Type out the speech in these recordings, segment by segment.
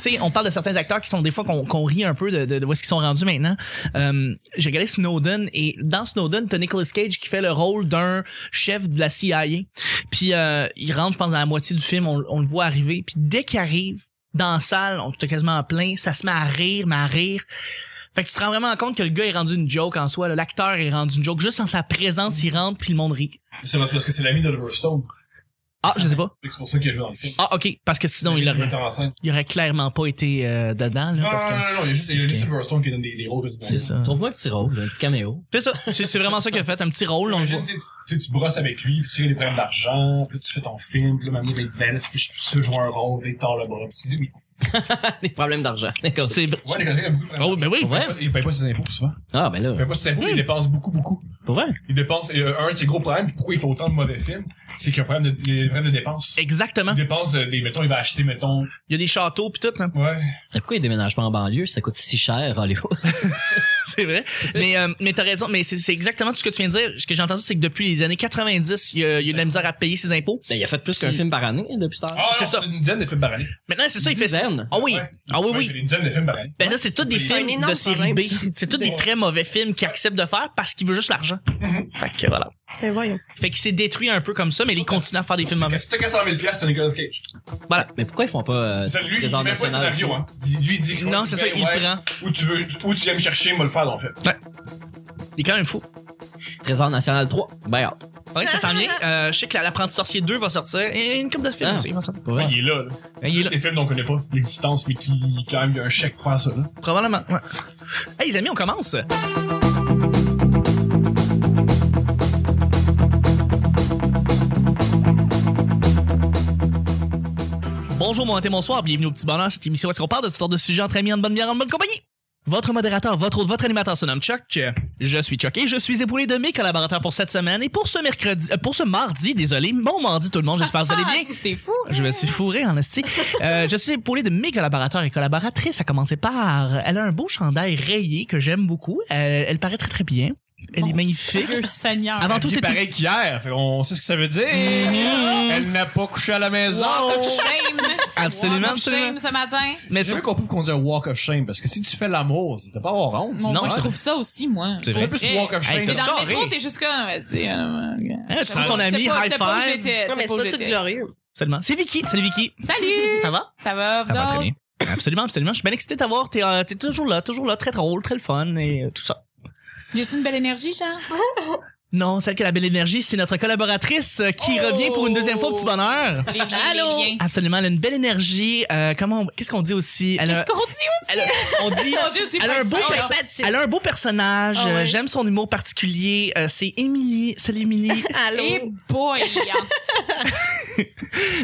sais, on parle de certains acteurs qui sont des fois qu'on qu'on rit un peu de, de, de où est-ce qu'ils sont rendus maintenant. Euh, J'ai regardé Snowden et dans Snowden, t'as Nicolas Cage qui fait le rôle d'un chef de la CIA. Puis euh, il rentre, je pense, dans la moitié du film, on, on le voit arriver. Puis dès qu'il arrive dans la salle, on est quasiment en plein, ça se met à rire, mais à rire. Fait que tu te rends vraiment compte que le gars est rendu une joke en soi. là. L'acteur est rendu une joke. Juste en sa présence, il rentre, puis le monde rit. C'est parce parce que c'est l'ami d'Oliver Stone. Ah, je sais pas. C'est pour ça qu'il a joué dans le film. Ah, ok. Parce que sinon, il le aurait, en scène. il aurait clairement pas été euh, dedans. Là, Non, parce non, que... non, non, il y a juste, il y a parce juste que- Oliver Stone qui donne des, des rôles. C'est ça. Trouve-moi un petit rôle, un petit caméo. C'est ça. C'est c'est vraiment ça qu'il a fait. Un petit rôle, on le voit. Imagine, tu sais, tu brosses avec lui, puis tu as des problèmes d'argent, puis tu fais ton film, puis là, mamie, il dit, ben là, tu peux, tu peux jouer un rôle, et tord le bras. Puis tu dis, oui, Des problèmes d'argent. D'accord. C'est vrai. ouais, les gars, il y a beaucoup de problèmes Oh, ben oui. Il paye pas- Il paye pas ses impôts, souvent. Ah, ben Il là. paye pas ses impôts, il dépense beaucoup, beaucoup. Pour vrai? Il dépense, et, euh, un de ses gros problèmes, puis pourquoi il fait autant de mauvais films, c'est qu'il y a un problème de, il y a un problème de dépenses. Exactement. Il dépense euh, des, mettons, il va acheter, mettons, Il y a des châteaux pis tout, hein. ouais. Mais Pourquoi il déménage pas en banlieue? Ça coûte si cher, Hollywood. C'est vrai. Mais, euh, mais t'as raison. Mais c'est c'est exactement tout ce que tu viens de dire. Ce que j'ai entendu, c'est que depuis les années 90, il y a, il y a de la misère à payer ses impôts. Ben, il a fait plus qu'un Si. film par année, hein, depuis tard. Ah, C'est c'est ça. ça. Une dizaine de films par année. Maintenant, c'est ça, il fait ça. Dizaines. Ah oui. Ouais. Ah oui, Ouais, oui. c'est Une dizaine de films par année. Ben là, c'est tous des C'est un films énorme de série B. problème, ça. C'est tous des Ouais. très mauvais films qu'il accepte de faire parce qu'il veut juste l'argent. Mm-hmm. Fait que voilà. Mais voyons. Fait qu'il s'est détruit un peu comme ça, mais il continue à faire des films mauvais. Si t'as 400 000 piastres, c'est Nicolas Cage. Mais pourquoi ils font pas euh, C'est lui, il met Trésor pas le National? scénario, hein. Il- Lui, il dit Non, c'est ça, il Ouais, le prend. Où tu veux, où tu viens me chercher, moi le faire, en fait. Il est quand même fou. Trésor National 3. Ben, hâte. Ouais, ça sent bien. Euh, je sais que la- l'apprenti sorcier 2 va sortir. Et une coupe de films Ah. aussi, il va sortir. Pour Ouais, vrai. il est là, là. Ben, Il est là. C'est des films dont on connaît pas l'existence, mais qui, quand même, il y a un chèque pour faire ça, là. Probablement. ouais. Hey, les amis, on commence. Bonjour, bon matin, bonsoir, bienvenue au Petit Bonheur, cette émission où est-ce qu'on parle de ce genre de sujet entre amis, en bonne bière, en bonne compagnie. Votre modérateur, votre hôte, votre animateur se nomme Chuck. Je suis Chuck et je suis épaulé de mes collaborateurs pour cette semaine et pour ce mercredi, euh, pour ce mardi, désolé, bon mardi tout le monde, j'espère que vous allez bien. Ah, T'es fou. Je me hein? suis fourré en esti. Euh, je suis épaulé de mes collaborateurs et collaboratrices, à commencer par... Elle a un beau chandail rayé que j'aime beaucoup. Euh, Elle, elle paraît très, très bien. Elle est magnifique. Dieu Seigneur. Avant tout, Puis c'est pareil qu'hier. Fait on sait ce que ça veut dire. Mm-hmm. Elle n'a pas couché à la maison. Walk of Oh, shame. Absolument, Walk of absolument. shame ce matin. Mais C'est sur- vrai qu'on peut qu'on dit un walk of shame parce que si tu fais l'amour, c'était pas avoir honte. Mon Non, moi, c'est je trouve ça aussi, moi. C'est En vrai. plus Hey, walk of hey, shame. t'as T'es dans le Carré. métro, t'es juste comme... ouais, C'est euh, Hein, tu trouves ton c'est ami, pas- high c'est pas où five. j'étais, Non, mais c'est c'est pas où pas tout j'étais. glorieux. Seulement. C'est Vicky. Salut Vicky. Salut! Ça va? Ça va, vous Ça va Ah bah, très autres? bien. Absolument, absolument. Je suis bien excité de t'avoir. T'es euh, t'es toujours là, toujours là. Très drôle, très le fun et euh, tout ça. J'ai une belle énergie, Jean? Non, celle qui a la belle énergie, c'est notre collaboratrice euh, qui Oh! revient pour une deuxième fois au petit bonheur. Les liens, Allô? les liens. Absolument, elle a une belle énergie. Euh, comment, on- qu'est-ce qu'on dit aussi? Elle a- Qu'est-ce qu'on dit aussi? elle a- on dit, Mon Dieu, c'est elle a un pas beau fort, perso- Elle a un beau personnage, Ah ouais. euh, j'aime son humour particulier. euh, c'est Émilie, salut Émilie. Allô? Et boy! hein.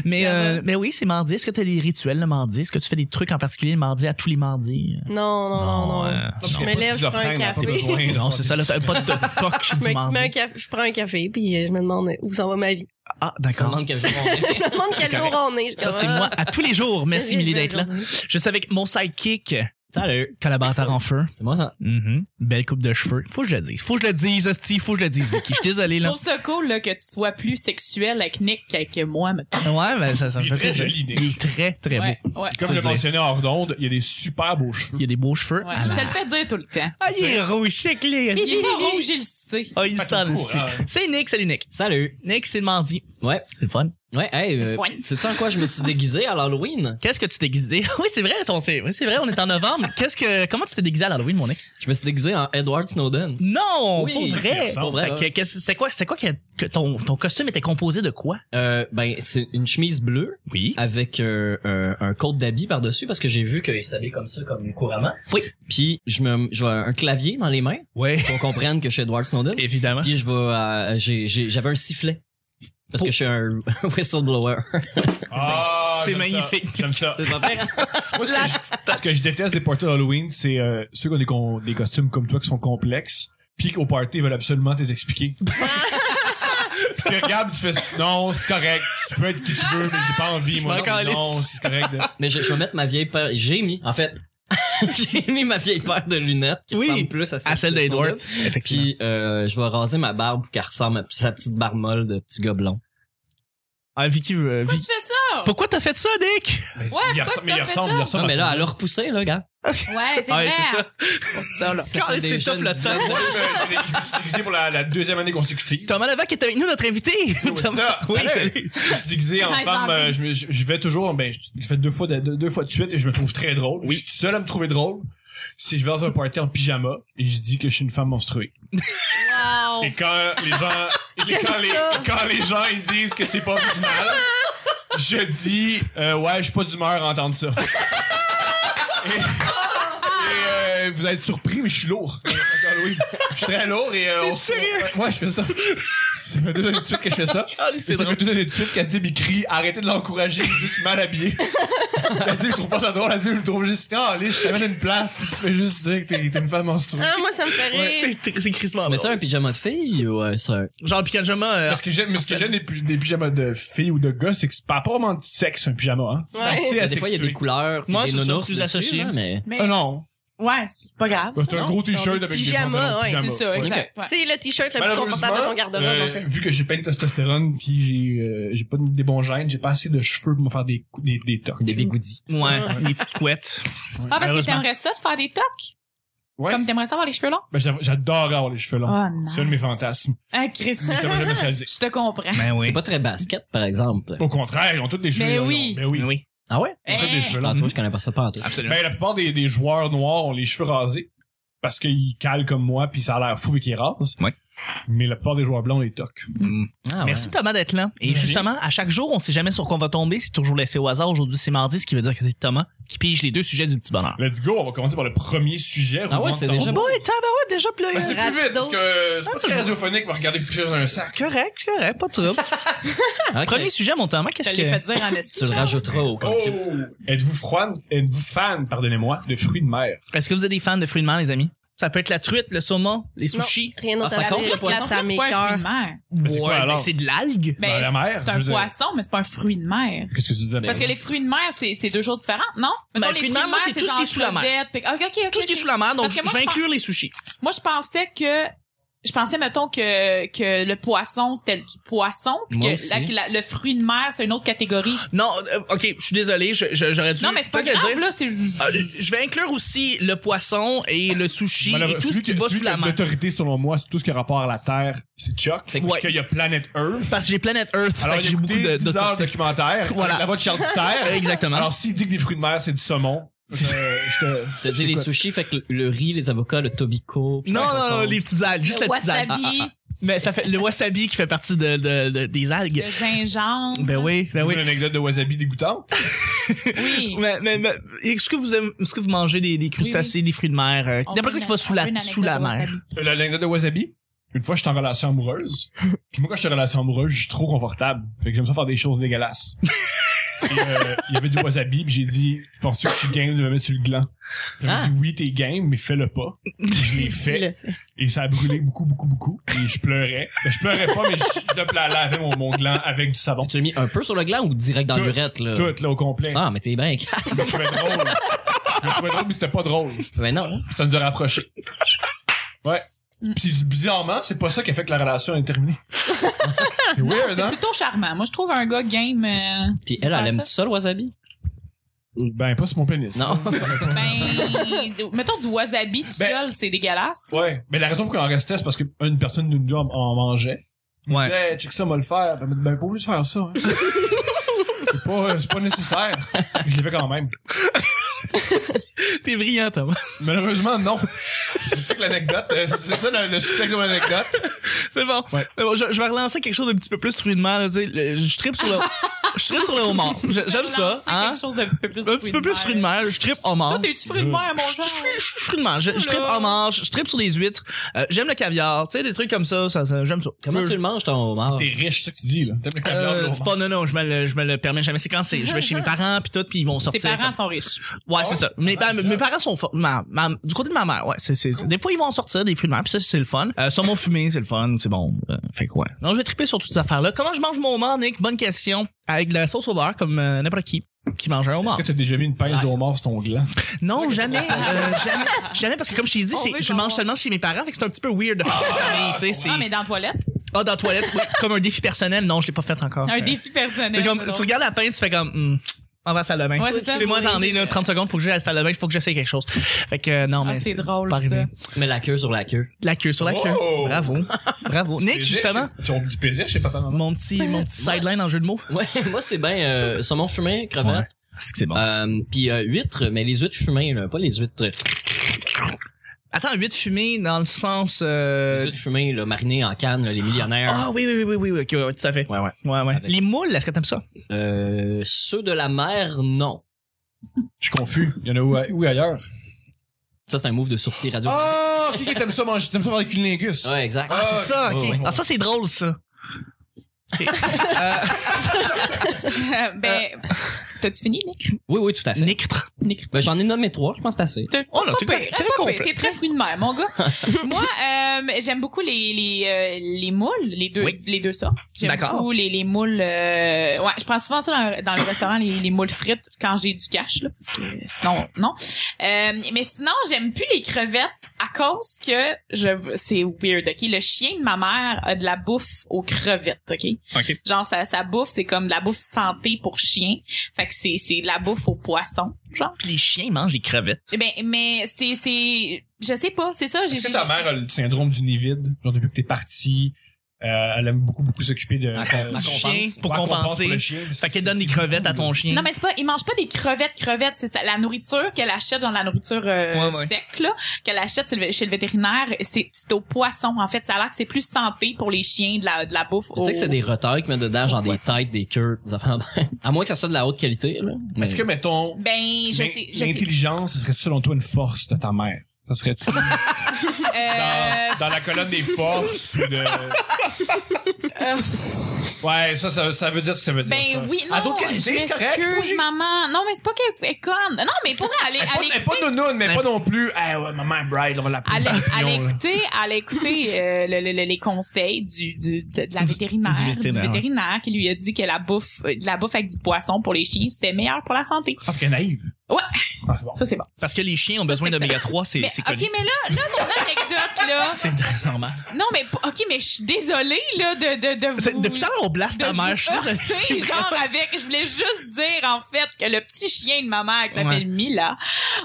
mais, Ça va. euh, mais oui, c'est mardi. Est-ce que tu as des rituels le mardi? Est-ce que tu fais des trucs en particulier le mardi à tous les mardis? Non, non, non, non. euh, je me lève, je prends un café. non, c'est ça, là, t'as pas de toc Je du me- mets un mardi. café- je prends un café, puis euh, je me demande où s'en va ma vie. Ah, Ça d'accord. demande que je réponde. Je me demande quel jour on est. Ça, c'est moi à tous les jours. Merci, Émilie, d'être là. Je suis avec mon sidekick, Salut. collaborateur en feu. C'est moi, ça. Mhm. Belle coupe de cheveux. Faut que je le dise. Faut que je le dise, hostie. Faut que je le dise, Vicky. Je suis désolé, Je là. trouve ça cool là, que tu sois plus sexuel avec Nick qu'avec moi. maintenant. Ouais, ben, ça, ça me Il est fait très plaisir. joli, Nick. Il est très, très Ouais, beau. ouais. Faut Comme le le dire. mentionné hors d'onde, il y a des super beaux cheveux. Il a des beaux cheveux. ouais. Ah, Ça là. le fait dire tout le temps. Ah, il est rouge, chic, là. Il est pas rouge, il le sait. Ah, il Fait sent qu'on le court, style. hein. C'est Nick, salut Nick. Salut. Nick, c'est le mardi. Ouais. C'est le fun. Ouais, hey. euh, Fouine. Sais-tu en quoi je me suis déguisé à l'Halloween? Qu'est-ce que tu t'es déguisé? oui, c'est vrai, on sait- oui, c'est vrai, on est en novembre. Qu'est-ce que, comment tu t'es déguisé à Halloween, mon Nick? Je me suis déguisé en Edward Snowden. Non! Oui, pour vrai! pour vrai. Fait que, qu'est-ce- c'est quoi, c'est quoi que, que ton, ton costume était composé de quoi? Euh, ben, c'est une chemise bleue Oui. avec euh, un, un code d'habit par-dessus parce que j'ai vu qu'il s'habillait comme ça, comme couramment. Oui. Puis, je me, je vais un clavier dans les mains Ouais. pour qu'on comprenne que je suis Edward Snowden. Évidemment. Puis, je vais, euh, j'ai- j'ai- j'avais un sifflet. Parce que je suis un whistleblower. C'est magnifique. Ah, J'aime ça. C'est pas pire. Moi, ce que je- ce que je déteste des parties d'Halloween, c'est euh, ceux qui ont des, con- des costumes comme toi qui sont complexes, puis qu'au party, ils veulent absolument te les expliquer. Puis que regarde, tu fais non, c'est correct, tu peux être qui tu veux, mais j'ai pas envie, moi. m'en calisse. Non, c'est correct. de- Mais je, je vais mettre ma vieille paire. J'ai mis, en fait. j'ai mis ma vieille paire de lunettes qui Oui. ressemble plus à celle, À celle de d'Edward. Snowden. Effectivement. Puis euh, je vais raser ma barbe pour qu'elle ressemble à sa petite barbe molle de petit gobelon. Ah, Vicky, euh, Pourquoi Vi- tu fais ça? ça? Pourquoi t'as fait ça, Nick? Mais Ouais, il pourquoi ressemble, mais il t'as fait ressemble, ça? il Non, ressemble. mais à là, ça. elle a repoussé, là, gars. Ouais, c'est vrai. hein. c'est ça. C'est ça, là. Quand fait c'est des top, jeunes le temps. hommes. Moi, je, me- je me suis déguisé pour la, la deuxième année consécutive. Thomas Levac est avec nous, notre invité. Oui, Thomas- ça, oui, salut. salut. Je me suis déguisé en Ouais, femme. ça euh, je, me- je- je vais toujours, ben, je, je fais deux fois, de, deux, deux fois de suite et je me trouve très drôle. Je suis tout seul à me trouver drôle. Si je vais dans un party en pyjama et je dis que je suis une femme menstruée. Wow. Et quand les gens, et J'aime quand, les, ça. et quand les gens ils disent que c'est pas original, je dis euh, ouais, je suis pas d'humeur à entendre ça. et, et, euh, vous allez être surpris, mais je suis lourd. Attends, Louis. Je suis très lourd et euh, on se- Ouais, ouais, je fais ça. Ça fait deux années de suite que je fais ça. Et ça fait deux années de suite qu'Adib il crie arrêtez de l'encourager, il est juste mal habillé. Adib il trouve pas ça drôle, Adib il trouve juste ah, allez, je t'amène une place, puis tu fais juste dire que t'es t'es une femme en Ah, moi, ça me fait rire. C'est c'est crissement. Tu mets drôle. ça un pyjama de fille ou euh, c'est un. Genre, Picajama, euh, Parce que j'aime, mais ce que j'aime des, pu- des pyjamas de filles ou de gars, c'est que c'est pas pas vraiment de sexe, un pyjama, hein. C'est Ouais. assez Des fois, il y a asexué. des couleurs. puis Moi, des c'est ça, nounours plus dessus, associé. là, mais. Mais- Ah Oh non. Ouais, c'est pas grave. Ah, Bah, c'est un non? gros Dans t-shirt des avec pyjamas, des pantalons de ouais. pyjama. C'est ça, Ouais. exact. Ouais. C'est le t-shirt le plus confortable de Malheureusement, ton garde-robe, euh, en fait. vu que j'ai pas de testostérone puis j'ai euh, j'ai pas de- des bons gènes, j'ai pas assez de cheveux pour me faire des cou- des des tocs. Des bigoudis. ouais, les petites couettes. Ah, parce que Malheureusement. t'aimerais ça de faire des tocs? Ouais. Comme t'aimerais ça avoir les cheveux longs? Oh, Ben, j'a- j'adore avoir les cheveux longs. nice. C'est un de mes fantasmes. Ah, Christy, Mais ça va jamais se réaliser. je te comprends. Ben C'est pas très basket, par exemple. Au contraire, ils ont tous des cheveux Mais longs. oui. Ben oui. Oui, Ah ouais? Ils ont tous Eh. des cheveux Ah, longs. tu vois, je connais pas ça pas en tout. absolument. Ben, la plupart des, des joueurs noirs ont les cheveux rasés parce qu'ils calent comme moi puis ça a l'air fou vu qu'ils rasent. Ouais. Mais la plupart des joueurs blancs ont les tocs. Mm. Ah, ouais. Merci Thomas d'être là. Et De rien. justement, à chaque jour, on sait jamais sur quoi on va tomber. C'est toujours laissé au hasard. Aujourd'hui, c'est mardi, ce qui veut dire que c'est Thomas qui pige les deux sujets du petit bonheur. Let's go, on va commencer par le premier sujet. Ah ouais, roulement c'est de tambour. déjà- Bon, et tabarouette, déjà, puis là, Ben, c'est plus vite parce que c'est pas très radiophonique de regarder quelque chose dans un sac. Correct, correct, pas trop. Ok. Premier sujet, mon Thomas, qu'est-ce Je te l'ai fait que. dire en esti. Tu le Charles. rajouteras au Oh! compte. Êtes-vous fan, êtes-vous fan, pardonnez-moi, de fruits de mer? Est-ce que vous êtes des fans de fruits de mer, les amis? Ça peut être la truite, le saumon, les sushis. Ah, Rien d'autre ça à compte, le dire que poisson? la Pourquoi c'est pas un fruit de samécœur. mer. Mais c'est quoi, Ouais, alors? ben, C'est de l'algue? Ben, Dans la mer, C'est je un veux dire. Ben poisson, mais c'est pas un fruit de mer. Qu'est-ce que tu dis de Parce que les fruits de mer, c'est c'est deux choses différentes, non? Mettons, le fruit Ben, de mer, moi, c'est tout ce qui est genre sous la mer. crevettes, puis- Ok, ok, ok. Tout ce qui est ok. sous la mer, donc Parce que je moi, vais je pense- inclure les sushis. Moi, je pensais que. Je pensais, mettons, que, que le poisson, c'était du poisson, puis Moi que aussi. la- que la- le fruit de mer, c'est une autre catégorie. Non, euh, ok, je suis désolé, je- je- j'aurais dû. non, mais c'est pas peut-être le grave, dire. là, c'est juste. Euh, je vais inclure aussi le poisson et le sushi et tout ce qui va celui sous la qui a mer. L'autorité, selon moi, c'est tout ce qui a rapport à la Terre, c'est Chuck. Fait que- parce Ouais. qu'il y a Planet Earth. Parce que j'ai Planet Earth, Alors, fait que j'ai j'ai beaucoup écouté de. 10 de- heures de documentaire. Voilà. La voix de Charles Tissère. Exactement. Alors, s'il dit que des fruits de mer, c'est du saumon. euh, je te- T'as dit les sushis, fait que le- le riz, les avocats, le tobico. non, non, non, les petits algues, juste le la petite algue. wasabi, Mais ça fait le wasabi qui fait partie de, de- de- des algues. le gingembre. Ben oui, ben oui. Une anecdote de wasabi dégoûtante. oui. Mais, mais, mais est-ce que vous aimez, est-ce que vous mangez des, des crustacés, des fruits de mer euh, On N'importe peut quoi qui va une- sous on la peut une sous la anecdote au mer. wasabi. Euh, L'anecdote de wasabi. Une fois, j'étais en relation amoureuse. Puis moi, quand je suis en relation amoureuse, je suis trop confortable. Fait que j'aime ça faire des choses dégueulasses. Et, euh, il y avait du wasabi, puis j'ai dit, penses-tu que je suis game de me mettre sur le gland? Puis elle m'a Ah. dit, oui, t'es game, mais fais-le pas. Je l'ai fait. Et ça a brûlé beaucoup, beaucoup, beaucoup. Et je pleurais. Ben, je pleurais pas, mais je je la- lavais mon, mon gland avec du savon. Tu l'as mis un peu sur le gland ou direct dans Tout, l'urette, là? Tout, là, au complet. Euh. Ah, mais t'es bien. Je me trouvais drôle. Je me trouvais drôle, mais c'était pas drôle. Mais Ben non. Puis ça nous a rapprochés. Ouais. Puis bizarrement, c'est pas ça qui a fait que la relation est terminée. c'est weird, C'est hein? plutôt charmant. Moi, je trouve un gars game. euh, Puis elle, elle Faire aime ça. tout ça, le wasabi? Ben, pas sur mon pénis. Non. ben, de- mettons du wasabi tout Ben- seul, c'est dégueulasse. Ouais. Mais la raison pour qu'on en restait, c'est parce qu'une personne nous deux en, en mangeait. Je Ouais. disais, hey, check ça, on va le faire. Ben, ben, pas obligé de faire ça, hein. c'est pas, euh, c'est pas nécessaire. Je l'ai fait quand même. T'es brillant, Thomas. Malheureusement, non. C'est ça que l'anecdote, euh, c'est ça le, le sous-texte de l'anecdote. C'est bon. Ouais. C'est bon, je, je vais relancer quelque chose d'un petit peu plus fruit de mer. là, tu sais, le- Je tripe sur le, je tripe sur le homard. Je- J'aime ça. Lancer Hein? quelque chose d'un petit peu plus Un petit peu plus fruit de mer. Je tripe homard. Toi, t'es-tu fruit de mer, mon Je- je- genre? je- je suis fruit de mer. Je, je Oula. tripe homard. Je je tripe sur les huîtres. Euh, j'aime le caviar. Tu sais, des trucs comme ça. ça, ça j'aime ça. Comment tu le manges, ton homard? T'es riche, c'est ça que tu dis, là. T'aimes le caviar, Euh, là, c'est pas non non je me le, je me le permets jamais c'est quand c'est je vais chez mes parents puis tout puis ils vont Ses sortir parents sont riches. ouais c'est Oh, ça mes, ah, pa- déjà. mes parents sont forts ma, ma- du côté de ma mère ouais c'est c'est c'est- des fois ils vont en sortir des fruits de mer puis ça c'est le fun euh, saumon fumé c'est le fun c'est bon Euh, fait quoi non je vais triper sur toutes ces affaires là comment je mange mon homard Nick bonne question avec de la sauce au beurre comme euh, n'importe qui qui mange un Est-ce homard que t'as déjà mis une pince de homard sur ton gland? non jamais euh, jamais jamais parce que comme je t'ai dit On c'est veut je qu'on mange mange. Ah, seulement chez mes parents fait que c'est un petit peu weird de faire ça en famille, tu sais Ah, c'est mais dans la toilette? Ah, dans la toilette, oui, comme un défi personnel. Non, je l'ai pas fait encore. Un Euh, défi personnel. C'est comme, c'est tu drôle. regardes la peinture, tu fais comme, hmm, on va à la salle de bain. Ouais, c'est ça. Tu sais, moi, attendez, là, 30 secondes, faut que j'aille à la salle de bain, faut que j'essaie quelque chose. Fait que, euh, non, Ah, mais. c'est drôle, pas ça. arrivé. Mais la queue sur la queue. La queue sur la queue. Oh! Bravo. Bravo. Nick, Plaisir justement, chez- Tu as du plaisir chez papa-maman. mon petit, mon petit sideline en jeu de mots. Ouais, moi, c'est bien euh, saumon fumé, Ouais. crevette. Est-ce que c'est bon? Euh, puis euh, huîtres, mais les huîtres fumées, là, pas les huîtres. Attends, 8 fumées dans le sens. Les euh, huîtres fumées, là, marinées en canne, là, les millionnaires. Ah oui, oui, oui, oui, oui, oui, ok, ouais, ouais, tout à fait. Ouais, ouais. Ouais, ouais. Avec- Les moules, est-ce que t'aimes ça? Euh, ceux de la mer, non. Je suis confus. Il y en a où, a- où ailleurs? Ça, c'est un move de sourcil radio. Oh, qui t'aimes ça manger? T'aimes ça manger cunilingus? Ouais, exact. Ah, c'est ça, ok. ouais, ouais. Ah, ça, c'est drôle, ça. ben, Euh, t'as-tu fini, Nick? Oui, oui, tout à fait. Nictre. Ben, j'en ai nommé trois, je pense que c'est assez. T'es- Oh là, pas t'es- pire, t'es pas complet. pire. T'es très fruit de mer, mon gars. Moi, euh, j'aime beaucoup les les euh, les moules, les deux Oui. les deux sortes. J'aime D'accord. beaucoup les les moules. euh, ouais, je prends souvent ça dans, dans le restaurant les, les moules frites quand j'ai du cash là, parce que sinon non. Euh, mais sinon, j'aime plus les crevettes à cause que je c'est weird. Ok, le chien de ma mère a de la bouffe aux crevettes. Ok. Ok. Genre sa sa bouffe, c'est comme de la bouffe santé pour chien. Fait que c'est c'est de la bouffe aux poissons. Genre. Puis les chiens mangent les crevettes. Eh Ben, mais c'est, c'est, je sais pas, c'est ça, j'ai, Est-ce que j'ai- ta mère a le syndrome du nid vide? Genre, depuis que t'es parti, euh, elle aime beaucoup, beaucoup s'occuper de. du chien pour compenser. Pour le chien, parce Fait que qu'elle donne c'est- des crevettes à ton chien. non, mais c'est pas, il mange pas des crevettes, crevettes, c'est ça, la nourriture qu'elle achète, genre la nourriture, euh, Ouais, ouais. sec, là, qu'elle achète chez le- chez le vétérinaire, c'est, c'est au poisson, en fait, ça a l'air que c'est plus santé pour les chiens de la, de la bouffe. Tu sais Oh! que c'est des retards qui mettent dedans, genre des têtes, des queues, des affaires. À moins que ça soit de la haute qualité, là. Mais- Est-ce que, mettons, Ben, je l'in- sais, je sais, l'intelligence, ce serait-tu selon toi une force de ta mère? Ça serait-tu dans, euh, dans la colonne des forces ou de. Ouais, ça, ça, ça veut dire ce que ça veut dire. ça. Euh. ben oui, non, À d'autres qualités, je c'est correct. Moi, j'ai- m'excuse, maman. Non, mais c'est pas qu'elle est conne. Non, mais pour elle, Elle elle, est pas- elle, elle est écouter- pas nounoune, mais pas non plus. Eh ouais, maman est bright, on va l'appeler. elle, elle papillon, là. écoutait, elle écoutait euh, le- le- le- les conseils du, du- de, de la vétérinaire, du du vétérinaire, vétérinaire, qui lui a dit que la bouffe, euh, de la bouffe avec du poisson pour les chiens, c'était meilleur pour la santé. Parce qu'elle est naïve. Ouais. Ah, c'est bon. Ça c'est bon. Parce que les chiens ont Ça, besoin c'est d'oméga 3, c'est Mais c'est ok, connu. mais là, là mon anecdote là. C'est normal. Non mais p- ok, mais je suis désolée là de de de C'est- vous. Depuis tout à l'heure, on blasse de ta vous mère. Je suis désolé. heurter, genre avec je voulais juste dire en fait que le petit chien de ma mère qui s'appelle Ouais. Mila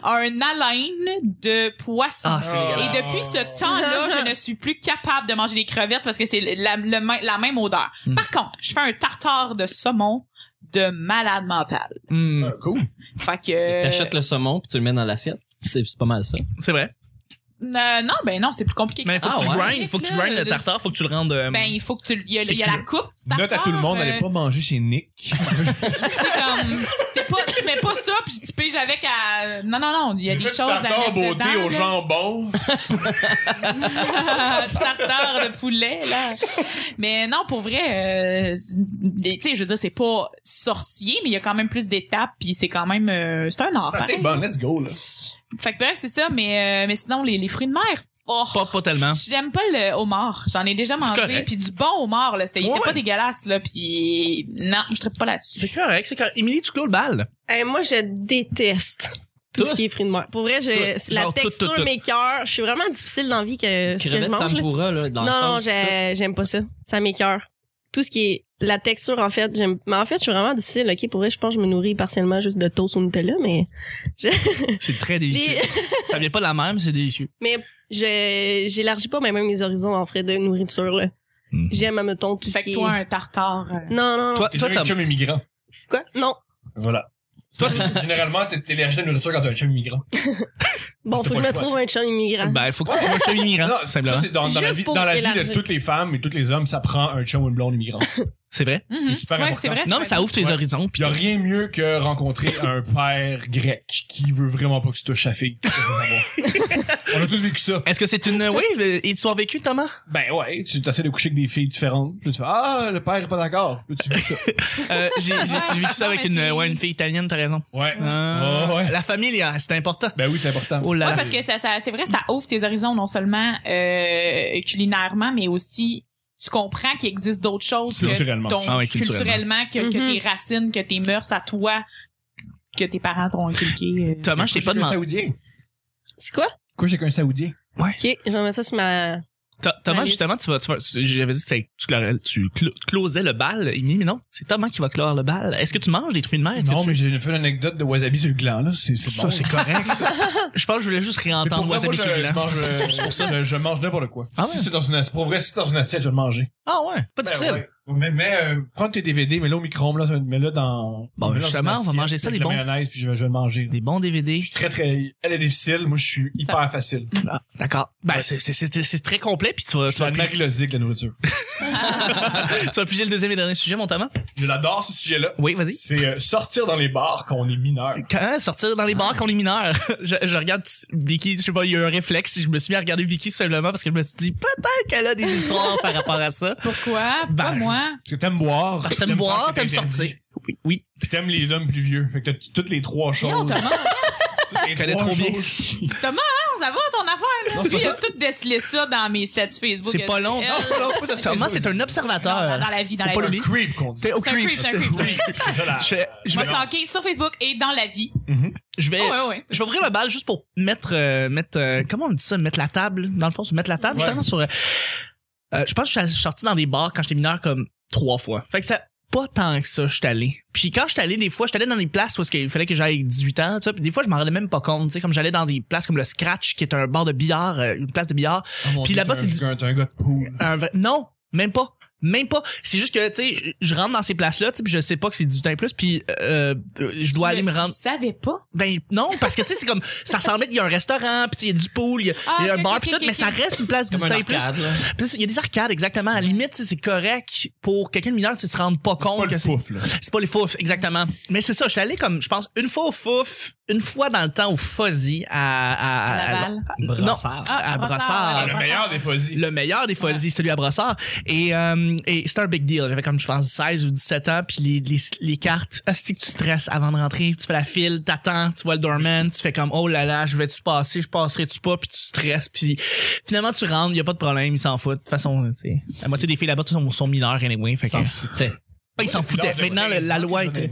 a un haleine de poisson Ah, c'est Et dégueulasse. depuis ce temps-là, je ne suis plus capable de manger des crevettes parce que c'est la, le main- la même odeur. Hmm. Par contre, je fais un tartare de saumon de malade mental. Hmm, Ah, Cool. Fait Fait que... que T'achètes le saumon puis tu le mets dans l'assiette. C'est c'est pas mal ça. c'est vrai. Euh, non, ben non, c'est plus compliqué. que Mais ça. faut que tu Ah ouais. grindes, faut que tu grindes le tartare, faut que tu le rendes. euh, Ben, il faut que tu... Il y a, il y a Fait que la coupe du tartare. Note à tout le monde, n'allez pas manger chez Nick. euh, C'est comme... t'es pas- tu mets pas ça, puis tu piges avec à... Non, non, non, il y a des Fais du choses à tartare mettre beauté dedans, au là. jambon. Du tartare de poulet là. Mais non, pour vrai, euh, tu sais, je veux dire, c'est pas sorcier, mais il y a quand même plus d'étapes, puis c'est quand même, euh, c'est un art. Ah, T'es pareil. bon, let's go, là. Fait que bref, c'est ça. Mais euh, mais sinon, les, les fruits de mer. Oh, Pas, pas tellement. J'aime pas le homard. J'en ai déjà mangé, correct. puis du bon homard là. C'était, il Ouais, était ouais. pas dégueulasse là, puis non, je traite pas là-dessus. C'est correct, c'est correct. Émilie, tu clôt le bal. Eh, moi, je déteste tout, Tout? ce qui est fruits de mer. Pour vrai, je, Tout. c'est la Genre tout, texture, tout, tout. mes cœurs. Je suis vraiment difficile dans la vie que ce que je Crevette mange. là. tempura, là, dans Non, le non, sens. j'ai- j'aime pas ça. Ça m'écœure. Tout ce qui est la texture, en fait, j'aime. Mais en fait, je suis vraiment difficile. Ok, pour vrai, je pense que je me nourris partiellement juste de toast au Nutella, mais C'est très délicieux. ça vient pas de la même, c'est délicieux. je j'élargis pas même mes horizons en frais de nourriture. Là. Mhm. J'aime mettons tout ce Fait que qui. toi, est... un tartare. euh, Non, non, non. Toi, T'es toi, déjà un t'as- chum immigrant. C'est quoi Non. Voilà. Toi, généralement, t'es t'es allergique à la nourriture quand t'es un chum immigrant. T'as Bon, pas faut que je le me choix, trouve un chum immigrant. ben, faut que tu trouves un chum immigrant, Non, simplement. ça, c'est dans, dans la Juste vie, pour dans la vie de élargir. toutes les femmes et tous les hommes, ça prend un chum ou une blonde immigrante. C'est vrai. mhm. C'est super Ouais, important. c'est vrai, Non, mais ça ouvre tes Ouais. horizons. Puis Puis y a rien mieux que rencontrer un père grec qui veut vraiment pas que tu touches sa fille. On a tous vécu ça. Est-ce que c'est une euh, wave et tu as vécu, Thomas? Ben ouais, tu t'essaies de coucher avec des filles différentes. Puis là, tu fais Ah, le père est pas d'accord. Puis là, tu vis ça. Euh, j'ai j'ai- j'ai vécu ça non, avec mais une, c'est- ouais, une fille italienne, t'as raison. Ouais. Euh, Ouais, ouais. La famille, ah, c'est important. Ben oui, c'est important. Oh là Ouais, là. parce que ça, ça- c'est vrai, ça ouvre tes horizons non seulement euh, culinairement, mais aussi tu comprends qu'il existe d'autres choses que Culturellement. ton- Ah ouais, culturellement. culturellement, que, que Mhm. tes racines, que tes mœurs à toi, que tes parents t'ont inculqué. euh. Thomas, je t'ai pas Coucher avec demandé. un Saoudien. C'est quoi Couche avec un Saoudien. Ok, j'en mets ça sur ma euh, Tho- Thomas, Alice. justement, tu vas, tu vas, tu- j'avais dit que c'était- tu, clorais- tu clo- closais le bal, Amy, mais non, c'est Thomas qui va clore le bal. Est-ce que tu manges des fruits de mer? Est-ce que Non, tu- mais j'ai fait une anecdote de wasabi sur le gland, là. C'est c'est bon. ça, c'est correct, ça. Je pense que je voulais juste Mais pour réentendre vrai, moi, Wasabi je, sur le je gland. mange, euh, je, je mange n'importe quoi. Ah si ouais? c'est dans une assiette, pour vrai, si c'est dans une assiette, je vais le manger. Ah ouais, pas Ben difficile. ouais. Mais, mais euh, prends tes DVD, mets-le au micro-ondes, là, mets-le dans. Bon, mets-le dans justement, une on va assiette manger ça, les avec la bons. mayonnaise, puis je vais, je vais le manger. là. Des bons DVD. Je suis très, très. Elle est difficile. Moi, je suis hyper facile. Ah, D'accord. Ben, c'est- c'est- c'est c'est très complet, puis tu vas, Je tu, suis vas un piger, aglosique, la nourriture. tu vas piger le deuxième et dernier sujet, mon Thomas. Je l'adore, ce sujet-là. Oui, vas-y. C'est euh, sortir dans les bars quand on est mineur. Quand Hein? sortir dans les bars quand on est mineur, je, je regarde Vicky, je sais pas, il y a eu un réflexe, je me suis mis à regarder Vicky simplement parce que je me suis dit peut-être qu'elle a des histoires par rapport à ça. Pourquoi? Pas Ben, moi. Parce que t'aimes boire. Ah, T'aimes faire boire, ce qui est t'aimes interdit, sortir. Oui, oui. Puis t'aimes les hommes plus vieux. Fait que t'as t- toutes les trois choses. Yo, Thomas, toutes les connais trois trop bien. choses. c'est Thomas, hein, ça va ton affaire, là? c'est pas Lui, il a tout décelé ça dans mes statuts Facebook. C'est pas long. Elle, Non, pas long, pas de- Thomas, c'est un Dans, dans observateur. la vie, dans Faut la pas vie. l'oublier. Un creep qu'on dit. T'es au C'est un creep. creep, c'est un creep. Creep. C'est ça, la- Je, je Je me vais, stalker sur Facebook et dans la vie. je vais, Ouais, ouais, ouais. je vais ouvrir le bal juste pour mettre, euh, mettre, euh, comment on dit ça, mettre la table. Dans le fond, sur mettre la table. Ouais. Justement sur, euh, euh, je pense que je suis sorti dans des bars quand j'étais mineur comme trois fois. Fait que ça, pas tant que ça, je suis allé. Puis quand je suis allé, des fois, je suis allé dans des places où est-ce qu'il fallait que j'aille avec 18 ans, tu sais, puis des fois, je m'en rendais même pas compte, tu sais, comme j'allais dans des places comme le Scratch, qui est un bar de billard, euh, une place de billard, Oh mon Puis Dieu, là-bas, t'es c'est Ah, un du- gars- T'es un gars de poule. un vrai- Non, même pas. Même pas. C'est juste que, tu sais, je rentre dans ces places-là, tu sais, puis je sais pas que c'est du temps et plus, puis euh, euh, je dois aller me Je- rendre. Je savais pas. Ben non, parce que, tu sais, c'est comme, ça ressemble, il y a un restaurant, puis tu sais, il y a du pool, il y a, Ah, il y a un ok, bar, ok, puis ok, tout, ok. mais ça reste une place du Comme temps un et plus. arcade, là. Puis ça, Il y a des arcades, exactement. À la limite, tu sais, c'est correct pour quelqu'un de mineur, tu sais, se rendre pas Pas compte que le c'est pouf, là. c'est pas les fouf, exactement. Mais c'est ça, je suis allé comme, je pense, une fois au fouf, une fois dans le temps au fuzzy à... à- à- Laval. non, Brassard. à Ah, Brossard, Brossard. ouais, Le meilleur des fosies. le meilleur des folies, celui à Brossard. Et, euh, et c'était un big deal. J'avais comme, je pense, 16 ou 17 ans, puis les, les, les cartes, asti que tu stresses avant de rentrer, tu fais la file, t'attends, tu vois le doorman, tu fais comme, oh là là, je vais-tu passer, je passerai-tu pas, puis tu stresses, puis finalement tu rentres, y a pas de problème, ils s'en foutent. De toute façon, tu sais, la moitié des filles là-bas sont, sont mineures, anyway, fait que... S'en foutait. Ben, ils s'en foutaient. Maintenant, la, la loi était...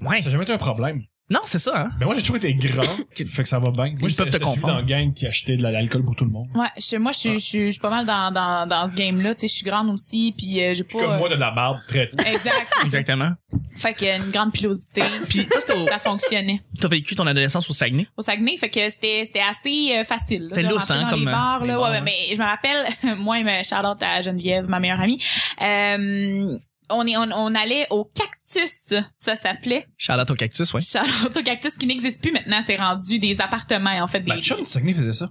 Ouais. Ça n'a jamais été un problème. Non, c'est ça, hein? Mais moi, j'ai toujours été grand. fait que ça va bien. Moi, Ils peuvent te j'étais celui confondre. dans le gang qui achetait de la- l'alcool pour tout le monde. Ouais, je- moi, je Ah. suis- je suis je suis pas mal dans, dans, dans ce game-là. Tu sais, je suis grande aussi, puis euh, j'ai pas... Comme euh, moi, de la barbe, très tôt. Exact. Exactement. fait qu'il y a une grande pilosité. Puis toi, c'était au- Ça fonctionnait. t'as vécu ton adolescence au Saguenay. Au Saguenay, fait que c'était c'était assez euh, facile. là, C'était de lousse, rentrer hein, dans comme, les bars, euh, là. les ouais, bars, mais je me rappelle, moi, et Charlotte à Geneviève, ma meilleure amie, euh, on, est, on, on allait au Cactus, ça s'appelait. Charlotte au cactus, ouais. Charlotte au Cactus qui n'existe plus maintenant, c'est rendu des appartements, en fait. Des... Ma chum du Ben, Saguenay faisait ça.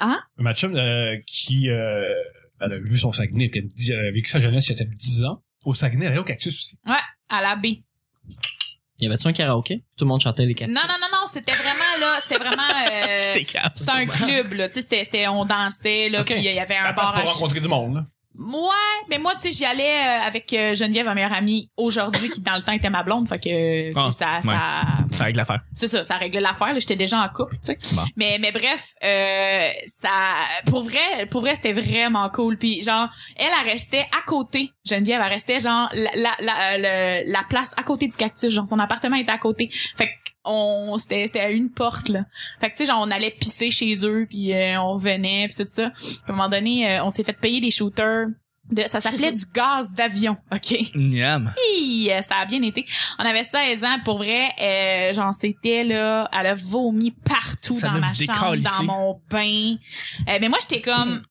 Hein? Ma chum euh, qui euh, elle a vu son Saguenay puis elle, me dit, elle a vécu sa jeunesse il y a peut-être 10 ans. Au Saguenay, elle allait au cactus aussi. À la baie. Y avait-tu un karaoké? Tout le monde chantait les Non, quatre. non, non, non, c'était vraiment, là, c'était vraiment... euh, C'était calme. c'était un club, là. Tu sais, c'était- c'était, on dansait, là, Ok. puis il y avait un Elle passe bar pour à ch- rencontrer du monde. là. Ouais, mais moi, tu sais, j'y allais euh, avec euh, Geneviève, ma meilleure amie, aujourd'hui, qui dans le temps était ma blonde, fait que, tu sais, Ah, ça, ouais. ça, Avec l'affaire. c'est ça, ça réglait l'affaire. là. J'étais déjà en couple, tu sais. Bon. Mais, mais bref, euh, ça, pour vrai, pour vrai, c'était vraiment cool. Puis genre, elle, elle restait à côté. Geneviève, elle restait genre la, la, la, euh, le- la place à côté du cactus. Genre, son appartement était à côté. Fait que on c'était c'était à une porte là. Fait que tu sais genre on allait pisser chez eux puis euh, on revenait puis tout ça. Puis, à un moment donné, euh, on s'est fait payer des shooters. De, ça s'appelait du gaz d'avion, OK? Niam. Hi, euh, ça a bien été. On avait 16 ans, pour vrai, euh, j'en c'était là, elle a vomi partout Ça dans l'a ma chambre, décalissé. dans mon bain. Euh, mais moi, j'étais comme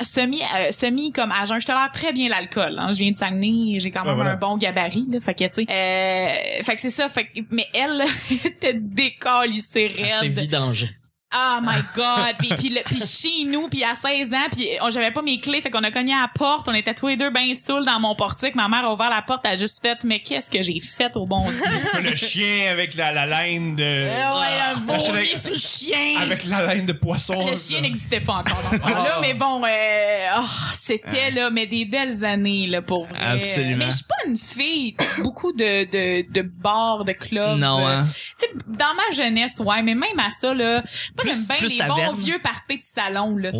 semi euh, semi comme à jeun. je tolère très bien l'alcool hein. je viens du Saguenay j'ai quand même Ouais, voilà. un bon gabarit là fait que tu sais euh, fait que c'est ça fait que, mais elle était décalissée C'est raide vidangé. Oh my god, puis puis le- puis chez nous, puis à 16 ans, puis on j'avais pas mes clés, fait qu'on a cogné à la porte, on était tous les deux ben saouls dans mon portique, ma mère a ouvert la porte, elle a juste fait mais qu'est-ce que j'ai fait au bon Dieu. le chien avec la, la laine de... Euh, ouais, un vomi avec- sur le chien. Avec la laine de poisson. le là, chien là. n'existait pas encore dans ce Ah. temps-là, mais bon, euh, oh, c'était là, mais des belles années là pour vrai. Absolument. Mais je suis pas une fille beaucoup de de de bars, de clubs. Non, euh, hein. tu sais, dans ma jeunesse, ouais, mais même à ça, là, moi, Plus- j'aime bien plus les la bons verve. vieux parties de salon, là, Ouais,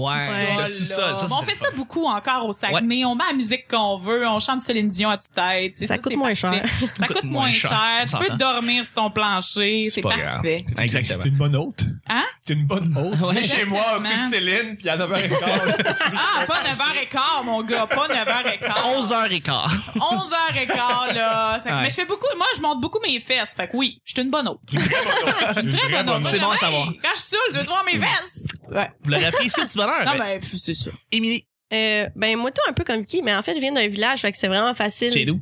le ouais, sous-sol, ça, on c'était fait ça beaucoup encore au Saguenay. On met la musique qu'on veut, on chante Céline Dion à toute tête. tu sais, Ça coûte c'est moins parfait. Ça coûte moins cher. on Tu peux s'entend. dormir sur ton plancher. C'est pas grave. parfait. Exactement. T'es une bonne hôte. Hein? t'es une bonne hôte. Venez chez moi, Exactement. écoutez Céline, puis à 9h15. Ah, pas 9h15, mon gars, pas 9h15. 11h15. 11h15, là. Ça- Ouais. Mais je fais beaucoup, moi, je monte beaucoup mes fesses. Fait que oui, je suis une bonne hôte. Une très bonne hôte. Une très bonne hôte. C'est bon à Hey, savoir. Quand je suis saoule, je veux te voir mes vestes. Ouais. Vous l'aurez apprécié, le petit bonheur. Non, Ben, ben, pff, c'est ça. Émilie, Euh, ben, moi, tout un peu comme qui, mais en fait, je viens d'un village, fait que c'est vraiment c'est facile. d'où?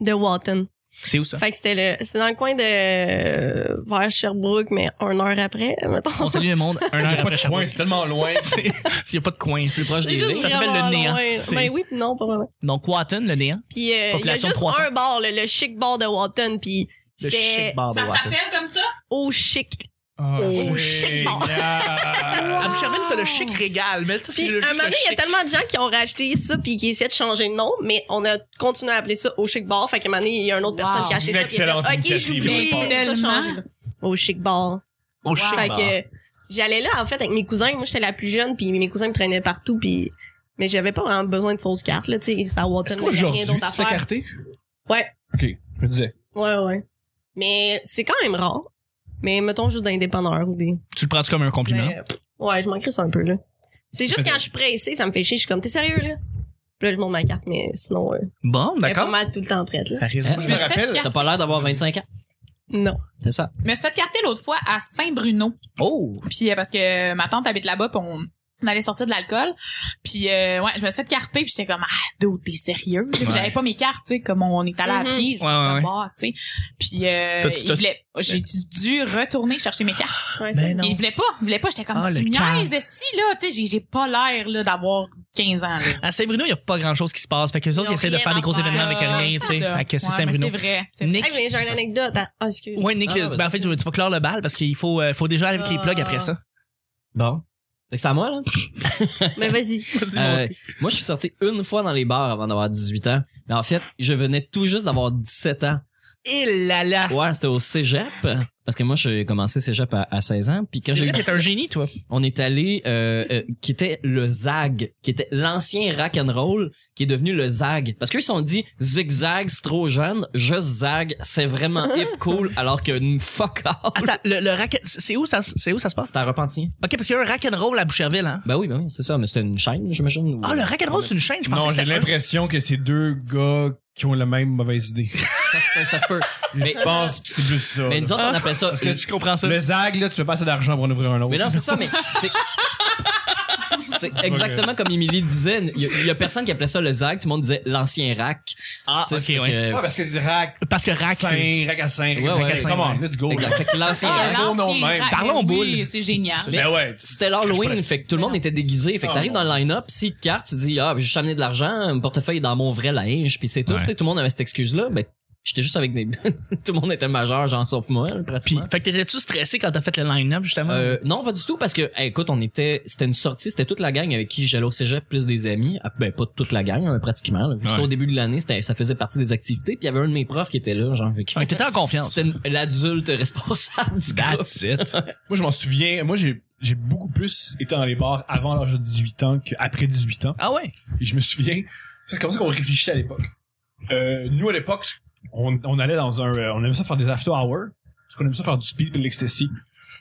De Walton. C'est où ça? Fait que c'était le, c'était dans le coin de, euh, vers Sherbrooke, mais une heure après, mettons. On salue le monde un heure après chaque Ouais, c'est tellement loin. Il n'y a pas de coin. C'est plus proche C'est juste Ça s'appelle le vraiment néant. loin. C'est- Ben oui, puis non, pas vraiment. Donc, Watton, le néant. Puis euh, il y a Population juste 300. un bar, le, le chic bar de Walton, puis Le j'étais chic bar de Watton. comme ça? au chic. Oh, shit, bon. génial. À Boucherville, t'as le chic régal. Mais ça, Puis c'est un le moment juste le donné, il y a chic. tellement de gens qui ont racheté ça puis qui essaient de changer de nom, mais on a continué à appeler ça au chic bar. Fait qu'à un moment donné, il y a une autre Wow. personne qui a acheté Une ça. puis il a excellente fait, ok, initiative, j'oublie on le ça, pense. changer. Au chic bar. Au chic Fait bar. que j'allais là en fait avec mes cousins. Moi, j'étais la plus jeune, puis mes cousins me traînaient partout, puis mais j'avais pas vraiment besoin de fausses cartes là. Tu sais, c'était à Walton, Est-ce il y avait rien qu'aujourd'hui, tu d'autre à te fais faire. carter? Ouais. OK, je me disais. Ouais, ouais. Mais c'est quand même rare. Mais mettons juste d'indépendants ou des. Tu le prends-tu comme un compliment? Mais, euh, pff, ouais, je m'en crisse un peu là. C'est juste quand je suis pressée, ça me fait chier. Je suis comme, t'es sérieux là? Puis là, je monte ma carte, mais sinon, euh, Bon, elle est pas d'accord. mal tout le temps prête là. risque. Moi, Hein? je Je me me suis fait rappelle. carter. T'as pas l'air d'avoir 25 ans. Non. C'est ça. Je me suis fait carter l'autre fois à Saint-Bruno. Oh! Puis euh, parce que ma tante habite là-bas, puis on, on allait sortir de l'alcool. Puis euh, ouais, je me suis fait carter, puis j'étais comme ah, dude, t'es sérieux Puis Ouais. J'avais pas mes cartes, tu sais, comme on est allé à Mhm. pied, j'étais Ouais, ouais, comme, ah, tu sais. Puis euh, T'as-tu- il t'as- voulait- j'ai dû retourner chercher mes cartes. Ouais, Ben c'est- non. Il voulait pas, il voulait pas, j'étais comme Ah, tu le niaises, si là, tu sais, j'ai- j'ai pas l'air là d'avoir 15 ans. Là. Ah, À Saint-Bruno, il n'y a pas grand-chose qui se passe. Fait que les autres, ils Ils ont essaient de rien faire des à gros faire. événements avec rien, tu C'est sais. ça. À Cassis Ouais, Saint-Bruno. mais C'est vrai. c'est vrai. Nick. Hey, mais j'ai une anecdote. Ah, ah, excuse. Ouais, Nick, Ah, le- vas-y. ben, en fait, tu tu vas clore le bal parce qu'il faut, euh, faut déjà aller avec les plugs après ça. Bon. Fait que C'est à moi, là. Mais vas-y. Euh, moi, je suis sorti une fois dans les bars avant d'avoir 18 ans. Mais en fait, je venais tout juste d'avoir 17 ans. Et là là! Ouais, c'était au cégep. Parce que moi, j'ai commencé cégep à, à 16 ans. Puis quand C'est j'ai eu vrai, T'es un génie, toi. on est allé euh, euh, qui était le Zag, qui était l'ancien rock and roll, qui est devenu le Zag. Parce qu'ils se sont dit zigzag, c'est trop jeune, juste Zag, c'est vraiment hip cool, alors que n- fuck off. Attends, le, le racket, c'est où ça, c'est où ça se passe? C'était à Repentir. Ok, parce qu'il y a un rock'n'roll à Boucherville, hein. Ben oui, ben oui, c'est ça, mais c'était une chaîne, j'imagine. ou- Ah, le rock'n'roll, c'est une chaîne, je pensais Non, que j'ai c'était un- l'impression que c'est deux gars qui ont la même mauvaise idée. Ça se peut, ça se peut. Mais, Ah. Je pense que c'est juste ça. mais là. nous autres, on appelle ça. Parce que je comprends ça. Le zag, là, tu veux pas assez d'argent pour en ouvrir un autre. Mais non, c'est ça, mais c'est. C'est exactement comme Émilie disait. Il y, a- il y a personne qui appelait ça le Zag. Tout le monde disait l'ancien rack. Ah, Tu ok, sais, fait ouais. que- Ouais, parce que c'est rack, Parce que rack, c'est. sain, rack à sain, Ouais, ouais, rack à sain. ouais. Come on, let's Oh. go. Exact. Fait que l'ancien Ah, rack. un gros nom de même. l'ancien Parlons rack. Oui, boule. c'est génial. Ben ouais. C'était l'Halloween, fait que tout le monde était déguisé. Fait que Ah, t'arrives mon dans le line-up, si te carte, tu dis, ah, j'ai juste amené de l'argent, mon portefeuille est dans mon vrai linge, puis c'est tout. Ouais. Tu sais, tout le monde avait cette excuse-là. Ben, j'étais juste avec des. tout le monde était majeur, genre, sauf moi, Pis, pratiquement. fait que t'étais-tu stressé quand t'as fait le line-up, justement? Euh, Hmm. non, pas du tout, parce que, hey, écoute, on était, c'était une sortie, c'était toute la gang avec qui j'allais au cégep, plus des amis. Ah, Ben, pas toute la gang, hein, pratiquement. là. Vu que c'était Ouais. au début de l'année, c'était- ça faisait partie des activités, puis il y avait un de mes profs qui était là, genre, fait que- Ouais, t'étais en confiance. c'était une- l'adulte responsable du groupe. That's it. Moi, je m'en souviens. Moi, j'ai, j'ai beaucoup plus été dans les bars avant l'âge de 18 ans qu'après 18 ans. Ah ouais? Et je me souviens, c'est comme ça qu'on réfléchissait à l'époque. Euh, nous, à l'époque, on, on allait dans un, euh, on aimait ça faire des after hours. Parce qu'on aimait ça faire du speed et de l'ecstasy.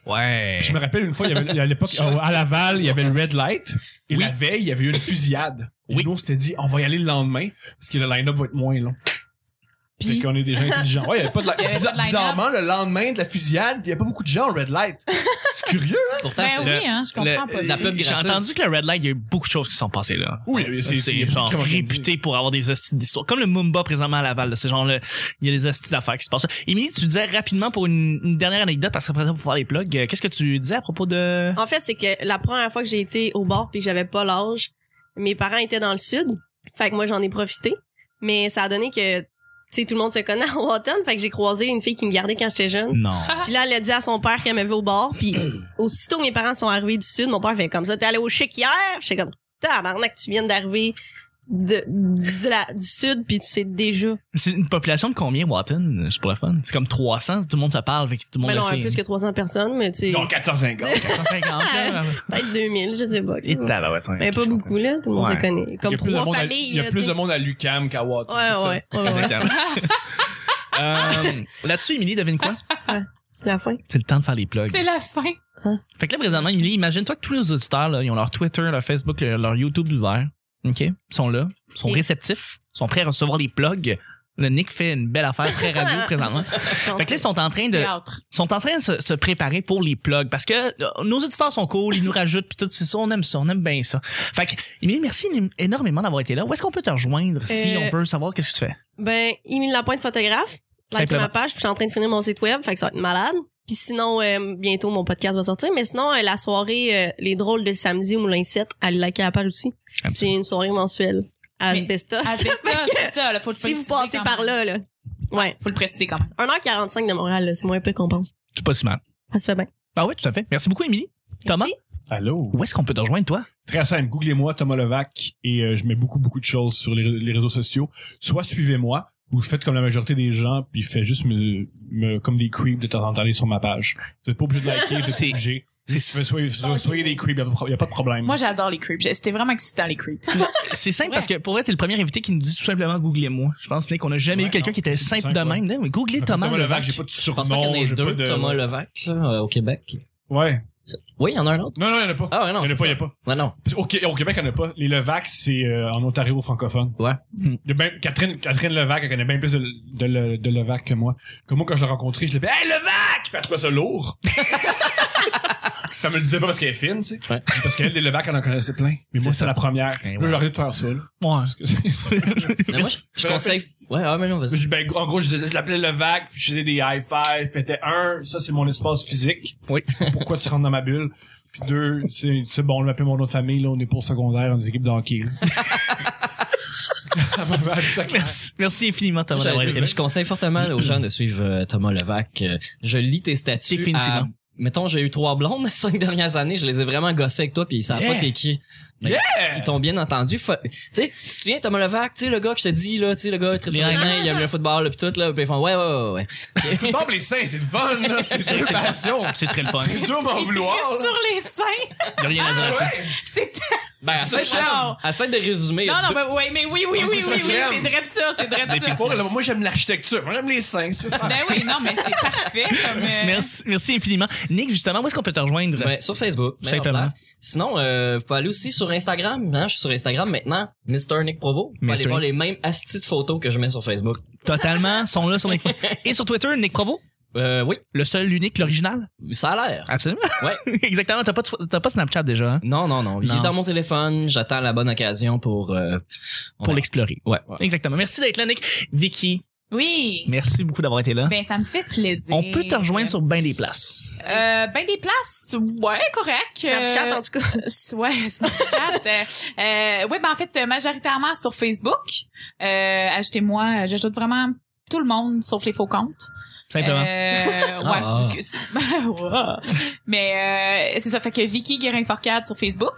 Ouais. Puis Je me rappelle une fois, il y avait, à l'époque, euh, à Laval, il y avait le red light. Et Oui. la veille, il y avait eu une fusillade. Et Oui. nous, on s'était dit, on va y aller le lendemain, parce que le line-up va être moins long. Puis- C'est qu'on est des gens intelligents. Ouais, il y avait pas de la- Il y avait Bizarre- pas de line-up. Bizarrement, le lendemain de la fusillade, il y a pas beaucoup de gens au red light. C'est curieux, hein? Pourtant, Ben c'était- oui, hein, je comprends Le- pas ça. la pub J'ai gratuite. entendu que le Red Light, il y a eu beaucoup de choses qui se sont passées là. Oui, oui, c'est- c'est- Euh, c'est genre c'est vraiment réputé organisé. pour avoir des hosties d'histoire. Comme le Mumba présentement à Laval, là, c'est genre le, il y a des hosties d'affaires qui se passent. Émilie, tu disais rapidement pour une, une dernière anecdote parce qu'après ça, pour faire les plugs, euh, qu'est-ce que tu disais à propos de En fait, c'est que la première fois que j'ai été au bord puis que j'avais pas l'âge, mes parents étaient dans le sud. Fait que moi, j'en ai profité. Mais ça a donné que, tu sais, tout le monde se connaît à Wotton. Fait que j'ai croisé une fille qui me gardait quand j'étais jeune. Non. Puis là, elle a dit à son père qu'elle m'avait au bord. Puis aussitôt, mes parents sont arrivés du sud. Mon père fait comme ça. T'es allé au chic hier? J'étais comme, tabarnak, tu viens d'arriver de, de la- du sud puis tu sais déjà. C'est une population de combien, Watton? C'est pour le fun. C'est comme 300, tout le monde se parle, fait que tout le monde Mais le Ben non, sait. plus que 300 personnes, mais tu sais, Non, 14 ans, gars. 450, là. peut-être 2000, je sais pas. Et tabarouette, ouais, Mais ok, pas je comprends. beaucoup, là. Tout le monde Ouais. se connaît. Il y Comme a plus de trois monde à- familles. Il y a là, plus tu de sais. monde à Lucam qu'à Watt. Ouais, ouais, ouais, ouais. Exactement. Euh, Là-dessus, Émilie devine quoi? C'est la fin. C'est le temps de faire les plugs. C'est la fin. Fait que là, présentement, Emily, imagine-toi que tous les auditeurs, là, ils ont leur Twitter, leur Facebook, leur, leur YouTube d'ouvert. OK? Ils sont là, ils sont Ok. réceptifs, ils sont prêts à recevoir les plugs. Le Nick fait une belle affaire très radio présentement. Fait que là, ils sont en train de, Théâtre. sont en train de se, se préparer pour les plugs parce que euh, nos auditeurs sont cool, ils nous rajoutent puis tout c'est ça, on aime ça, on aime bien ça. Fait que Émilie, merci éno- énormément d'avoir été là. Où est-ce qu'on peut te rejoindre si Euh, on veut savoir qu'est-ce que tu fais Ben, Emile Lapointe, photographe. Like Simplement. ma page, puis je suis en train de finir mon site web, fait que ça va être malade. Puis sinon, euh, bientôt mon podcast va sortir. Mais sinon, euh, la soirée euh, Les Drôles de samedi au Moulin 7, allez liker la page aussi. Absolument. C'est une soirée mensuelle. À Mais- Asbestos. Asbestos, Ah, c'est ça, là, faut le si vous préciser passez quand par même. là, là. Ouais. Faut le préciser quand même. 1h45 de Montréal, là, c'est moins peu qu'on pense. C'est pas si mal. Ça se fait bien. Ah ouais, tout à fait. Merci beaucoup Émilie. Thomas, Merci. Allô? où est-ce qu'on peut te rejoindre toi Très simple. Googlez-moi Thomas Levac et euh, je mets beaucoup, beaucoup de choses sur les, les réseaux sociaux. Soit suivez-moi ou faites comme la majorité des gens puis faites juste me, me- comme des creeps de temps en temps aller sur ma page. Vous êtes pas obligé de liker, vous êtes C'est- pas obligé. c'est- Soyez, soyez- soyez des creeps, y a pas de pro- y a pas de problème. Moi, j'adore les creeps. J'ai- C'était vraiment excitant, les creeps. C'est simple Ouais. parce que pour vrai, t'es le premier invité qui nous dit tout simplement googlez-moi. Je pense Nick, on a jamais Ouais, eu quelqu'un non, qui était c'est simple, simple, de ouais. même. Non, mais googlez Fait que Thomas, Levac, Levac. j'ai pas de Je pense pas surnom, qu'il y en j'ai ait pas deux de... Thomas Levac là, euh, au Québec. Ouais. Oui, il y en a un autre. Non, non, y en a pas. Ah ouais, non, y en c'est a pas, ça. y en a pas. Non, non. Parce qu'au Qué- Au, Québec, il n'y en a pas. Les Levac, c'est euh, en Ontario francophone. Ouais. Mm. Il y a ben- Catherine, Catherine Levac, elle connaît bien plus de, de, Le- de Levac que moi. Comme moi, quand je l'ai rencontrée, je l'ai fait Hey Levac! Puis elle trouvait ça lourd. Elle me le disait pas parce qu'elle est fine, tu sais. Ouais. Parce qu'elle, des Levac, elle en connaissait plein. Mais C'est moi, ça. c'est la première. Et Là, ouais. j'ai arrêté de faire ça, là. Ouais. Parce que c'est- Mais moi, je, je Mais- conseille. Ouais, ah, mais non, vas-y. Je- ben, en gros, je, disais- je l'appelais Levac, puis je faisais des high five, puis était un, ça c'est mon espace physique. Oui. Pourquoi tu rentres dans ma bulle? Puis deux, c'est c'est bon, on l'appelait mon autre famille, là, on est pour secondaire, on est des équipes de hockey. là. À peu près, à chaque- Merci, merci infiniment Thomas J'allais d'avoir dire, été là. je conseille fortement aux gens de suivre euh, Thomas Levac. Euh, Je lis tes statuts. Définitivement. à- mettons, j'ai eu trois blondes les cinq dernières années. Je les ai vraiment gossées avec toi, puis ils savent Yeah. pas t'es qui. Mais Ils t'ont bien entendu. Fa- Tu sais, tu te souviens, Thomas Levac, tu sais, le gars que je te dis, là, tu sais, le gars, il tripe sur les Bien. seins, il aime le football, là, puis tout, là, puis ils font, ouais, ouais, ouais, ouais. Bon, les seins, c'est le fun, là, c'est c'est une passion. C'est très le fun. C'est dur de m'en vouloir. là. Sur les seins, Il y a rien à dire là-dessus. Ouais. c'était. Ben, essaie, Wow. essaie de résumer. Non, non, mais oui, mais oui, Ah, oui, oui, oui, oui, c'est vrai de ça, c'est vrai de ça. Pour, là, Moi, j'aime l'architecture, moi, j'aime les seins. c'est ça. Ben oui, non, mais c'est parfait comme. euh, Merci, merci infiniment. Nick, justement, où est-ce qu'on peut te rejoindre? Ben, sur Facebook. meilleure Simplement. place. Sinon, euh, vous pouvez aller aussi sur Instagram. Hein? Je suis sur Instagram maintenant. Mr. Nick Provo. Vous pouvez Mr. aller voir les mêmes astis de photos que je mets sur Facebook. Totalement, sont là sur Nick. Et sur Twitter, Nick Provo, Euh, oui, le seul, l'unique, l'original. ça a l'air. Absolument. Ouais. Exactement. T'as pas, de- t'as pas Snapchat déjà, hein, Non, non, non. Il Non. est dans mon téléphone. J'attends la bonne occasion pour... euh, on pour verra. l'explorer. Ouais. Exactement. Merci d'être là, Nick. Vicky, Oui. merci beaucoup d'avoir été là. Ben, ça me fait plaisir. On peut te rejoindre sur bien des places. Euh, ben, des places, ouais, correct. Snapchat, en tout cas. Euh, ouais, Snapchat. euh, euh, ouais, ben, en fait, euh, majoritairement sur Facebook. Euh, ajoutez-moi, euh, j'ajoute vraiment tout le monde, sauf les faux comptes. Simplement. Euh, ouais. Ah. Que- Mais euh, c'est ça, fait que Vicky Guérin-Forcade sur Facebook.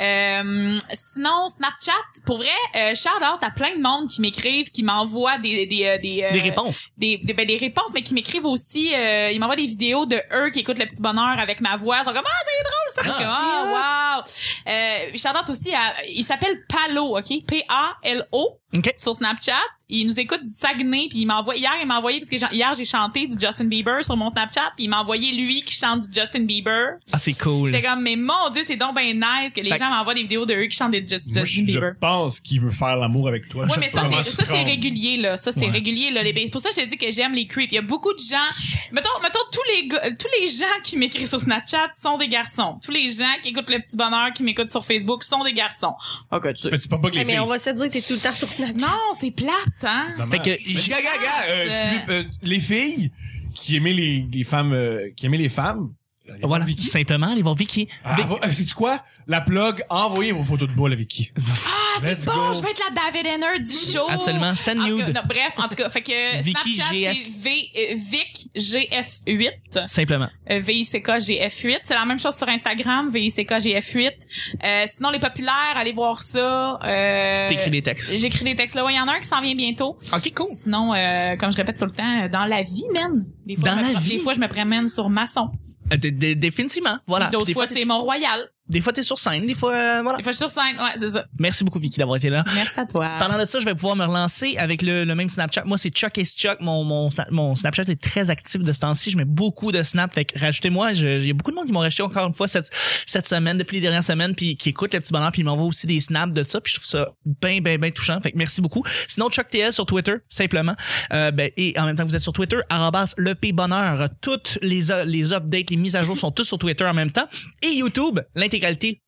Euh, sinon, Snapchat, pour vrai, euh, shout-out à plein de monde qui m'écrivent, qui m'envoient des... Des, euh, des, euh, Des réponses. des, des- ben, des réponses, mais qui m'écrivent aussi. euh, ils m'envoient des vidéos de eux qui écoutent le petit bonheur avec ma voix. Ils sont comme ah c'est drôle ça. Puis je suis comme ah wow. Euh, je chante aussi à. Il s'appelle Palo, ok. P A L O. OK. Sur Snapchat, il nous écoute du Saguenay, puis il m'envoie hier, il m'a envoyé parce que j'en- hier j'ai chanté du Justin Bieber sur mon Snapchat, puis il m'a envoyé lui qui chante du Justin Bieber. Ah, c'est cool. J'étais comme mais mon dieu, c'est donc ben nice que les Fait- gens m'envoient des vidéos de eux qui chantent du Justin Moi, je- Bieber. je pense qu'il veut faire l'amour avec toi. Oui, Je mais ça, pense c'est, vraiment ça, c'est strong. régulier, là. Ça, c'est Ouais. régulier, là. Les... ben, C'est pour ça que je te dis que j'aime les creeps. Il y a beaucoup de gens. Mettons, mettons, tous les gars, tous les gens qui m'écrivent sur Snapchat sont des garçons. Tous les gens qui écoutent le petit bonheur, qui m'écoutent sur Facebook sont des garçons. Ok, tu sais. Fais-tu pas pas que les Hey, mais filles- on va se dire que t'es tout le temps sur Snapchat. Non, c'est plate, hein? Maman, Fait que, Mais j- gars, gars, gars, euh, Ah, celui- euh, les filles qui aimaient les, les femmes, euh, qui aimaient les femmes. allez voir voilà. Vicky. Simplement, allez voir Vicky. Ah, Vic- va- euh, sais-tu quoi? La plug, envoyez vos photos de boule à Vicky. Ah, c'est Let's bon, go. je vais être la David Henner du show. Absolument. Send En tout cas, nude. Oh! Ah, non, bref, en tout cas, fait que Vicky Snapchat, GF. c'est v, euh, Vic GF8. Simplement. Euh, VICKGF8. C'est la même chose sur Instagram, VICKGF8. Euh, sinon, les populaires, allez voir ça. Euh, T'écris des textes. Oh. J'écris des textes. Là, Ouais, il y en a un qui s'en vient bientôt. Ok, cool. Sinon, euh, comme je répète tout le temps, euh, dans la vie, man. Des fois, Dans je me la pro- vie? Des fois, je me promène sur Maçon. Euh, dé- dé- Définitivement. Voilà. D'autres Des fois, c'est Mont-Royal. Des fois, t'es sur scène, des fois, euh, voilà. Des fois, je suis sur scène. Ouais, c'est ça. Merci beaucoup, Vicky, d'avoir été là. Merci à toi. Parlant de ça, je vais pouvoir me relancer avec le, le même Snapchat. Moi, c'est Chuck et Chuck. Mon, mon, sna- mon Snapchat est très actif de ce temps-ci. Je mets beaucoup de snaps. Fait que rajoutez-moi. Je- Il y a beaucoup de monde qui m'ont rajouté encore une fois cette, cette semaine, depuis les dernières semaines, puis qui écoute le petit bonheur, puis ils m'envoient aussi des snaps de ça. Puis je trouve ça bien, bien, bien touchant. Fait que merci beaucoup. Sinon, Chuck TL sur Twitter, simplement. Euh, ben, et en même temps que vous êtes sur Twitter, arrobas le P bonheur. Toutes les, les updates, les mises à jour sont toutes sur Twitter en même temps. Et YouTube, l'intégralité,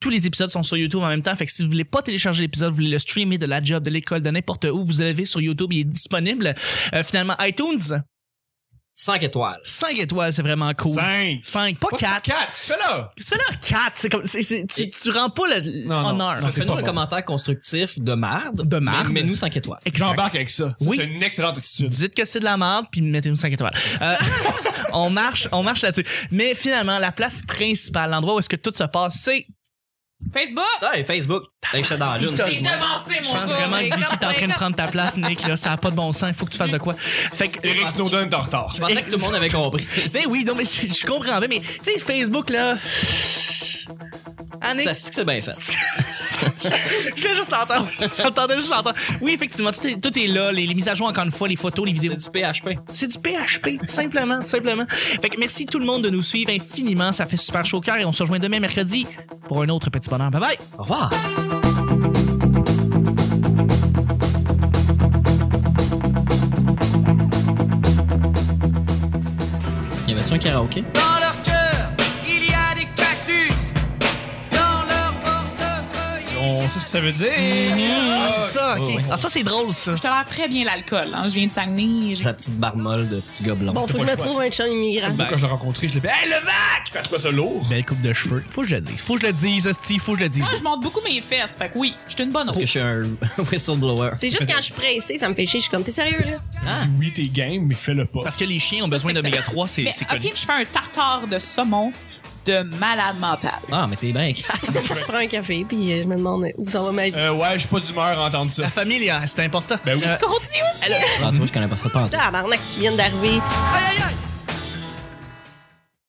tous les épisodes sont sur YouTube en même temps. Fait que si vous voulez pas télécharger l'épisode, vous voulez le streamer de la job, de l'école, de n'importe où, vous allez sur YouTube, il est disponible. Euh, finalement, iTunes, 5 étoiles. 5 étoiles, c'est vraiment cool. 5. 5, pas 4. Quatre, tu fais là! C'est là 4, c'est comme, c'est- c'est- tu, tu rends pas le- Non, non. l'honneur. Non, c'est Fais-nous pas un bon. commentaire constructif de merde. De marde. Mais, mais nous 5 étoiles. Exact. J'embarque avec ça. Ça, Oui. C'est une excellente attitude. Dites que c'est de la merde, puis mettez-nous 5 étoiles. Euh, on marche, on marche là-dessus. Mais finalement, la place principale, l'endroit où est-ce que tout se passe, c'est Facebook! Ah, et Facebook. Hey, j'étais dans la lune. T'es devancé, Je mon pense gars. vraiment que Vicky, t'es en train de prendre ta place, Nick. Là, ça a pas de bon sens. Il faut que tu fasses de quoi. Fait que. Eric Snowden est en retard. Je pensais que tout le monde avait compris. Ben oui, non, mais je, je comprends. bien, Mais tu sais, Facebook, là. Annick, Ça se dit que c'est bien fait. je voulais juste l'entendre. J'entendais juste l'entendre. Oui, effectivement, tout est, tout est là. Les, les mises à jour, encore une fois, les photos, les vidéos. C'est du PHP. C'est du PHP, simplement, simplement. Fait que merci tout le monde de nous suivre infiniment. Ça fait super chaud au cœur et on se rejoint demain mercredi pour un autre petit bonheur. Bye bye! Au revoir. Y avait-tu un karaoké? Dans leur cœur, il y a des cactus. Dans leur portefeuille. On sait ce que ça veut dire. Ah, c'est ça, ok. Ah, ça, c'est drôle, ça. Je tolère très bien l'alcool. hein. Je viens de Saguenay. j'ai- Sa petite barmolle de petit gobelon. Bon, faut que je me trouve un chum immigrant. Moi, Ben. Quand je l'ai rencontré, je l'ai dit Hey, le vac! Puis elle trouvait Ben. ça lourd. Belle coupe de cheveux. Faut que je le dise. Faut que je le dise, hostie. Faut que Ah, je le dise. Moi, je monte beaucoup mes fesses. Fait que oui, je suis une bonne Parce que je suis un whistleblower. C'est juste quand je suis pressée, ça me fait chier. Je suis comme, t'es sérieux, là? Dis Ben, oui, t'es game, mais fais-le pas. Parce que les chiens ont besoin d'oméga 3, c'est Mais c'est ok, connu. je fais un tartare de saumon de malade mental. Ah, mais t'es bien. Je prends un café, puis euh, je me demande où ça va ma vie. Euh, ouais, je suis pas d'humeur à entendre ça. La famille, hein, c'est important. Ben oui. Qu'on dit aussi! Ah, tu vois, je connais pas ça pas en tout. Tabarnak, tu viens d'arriver. Aïe, aïe, aïe.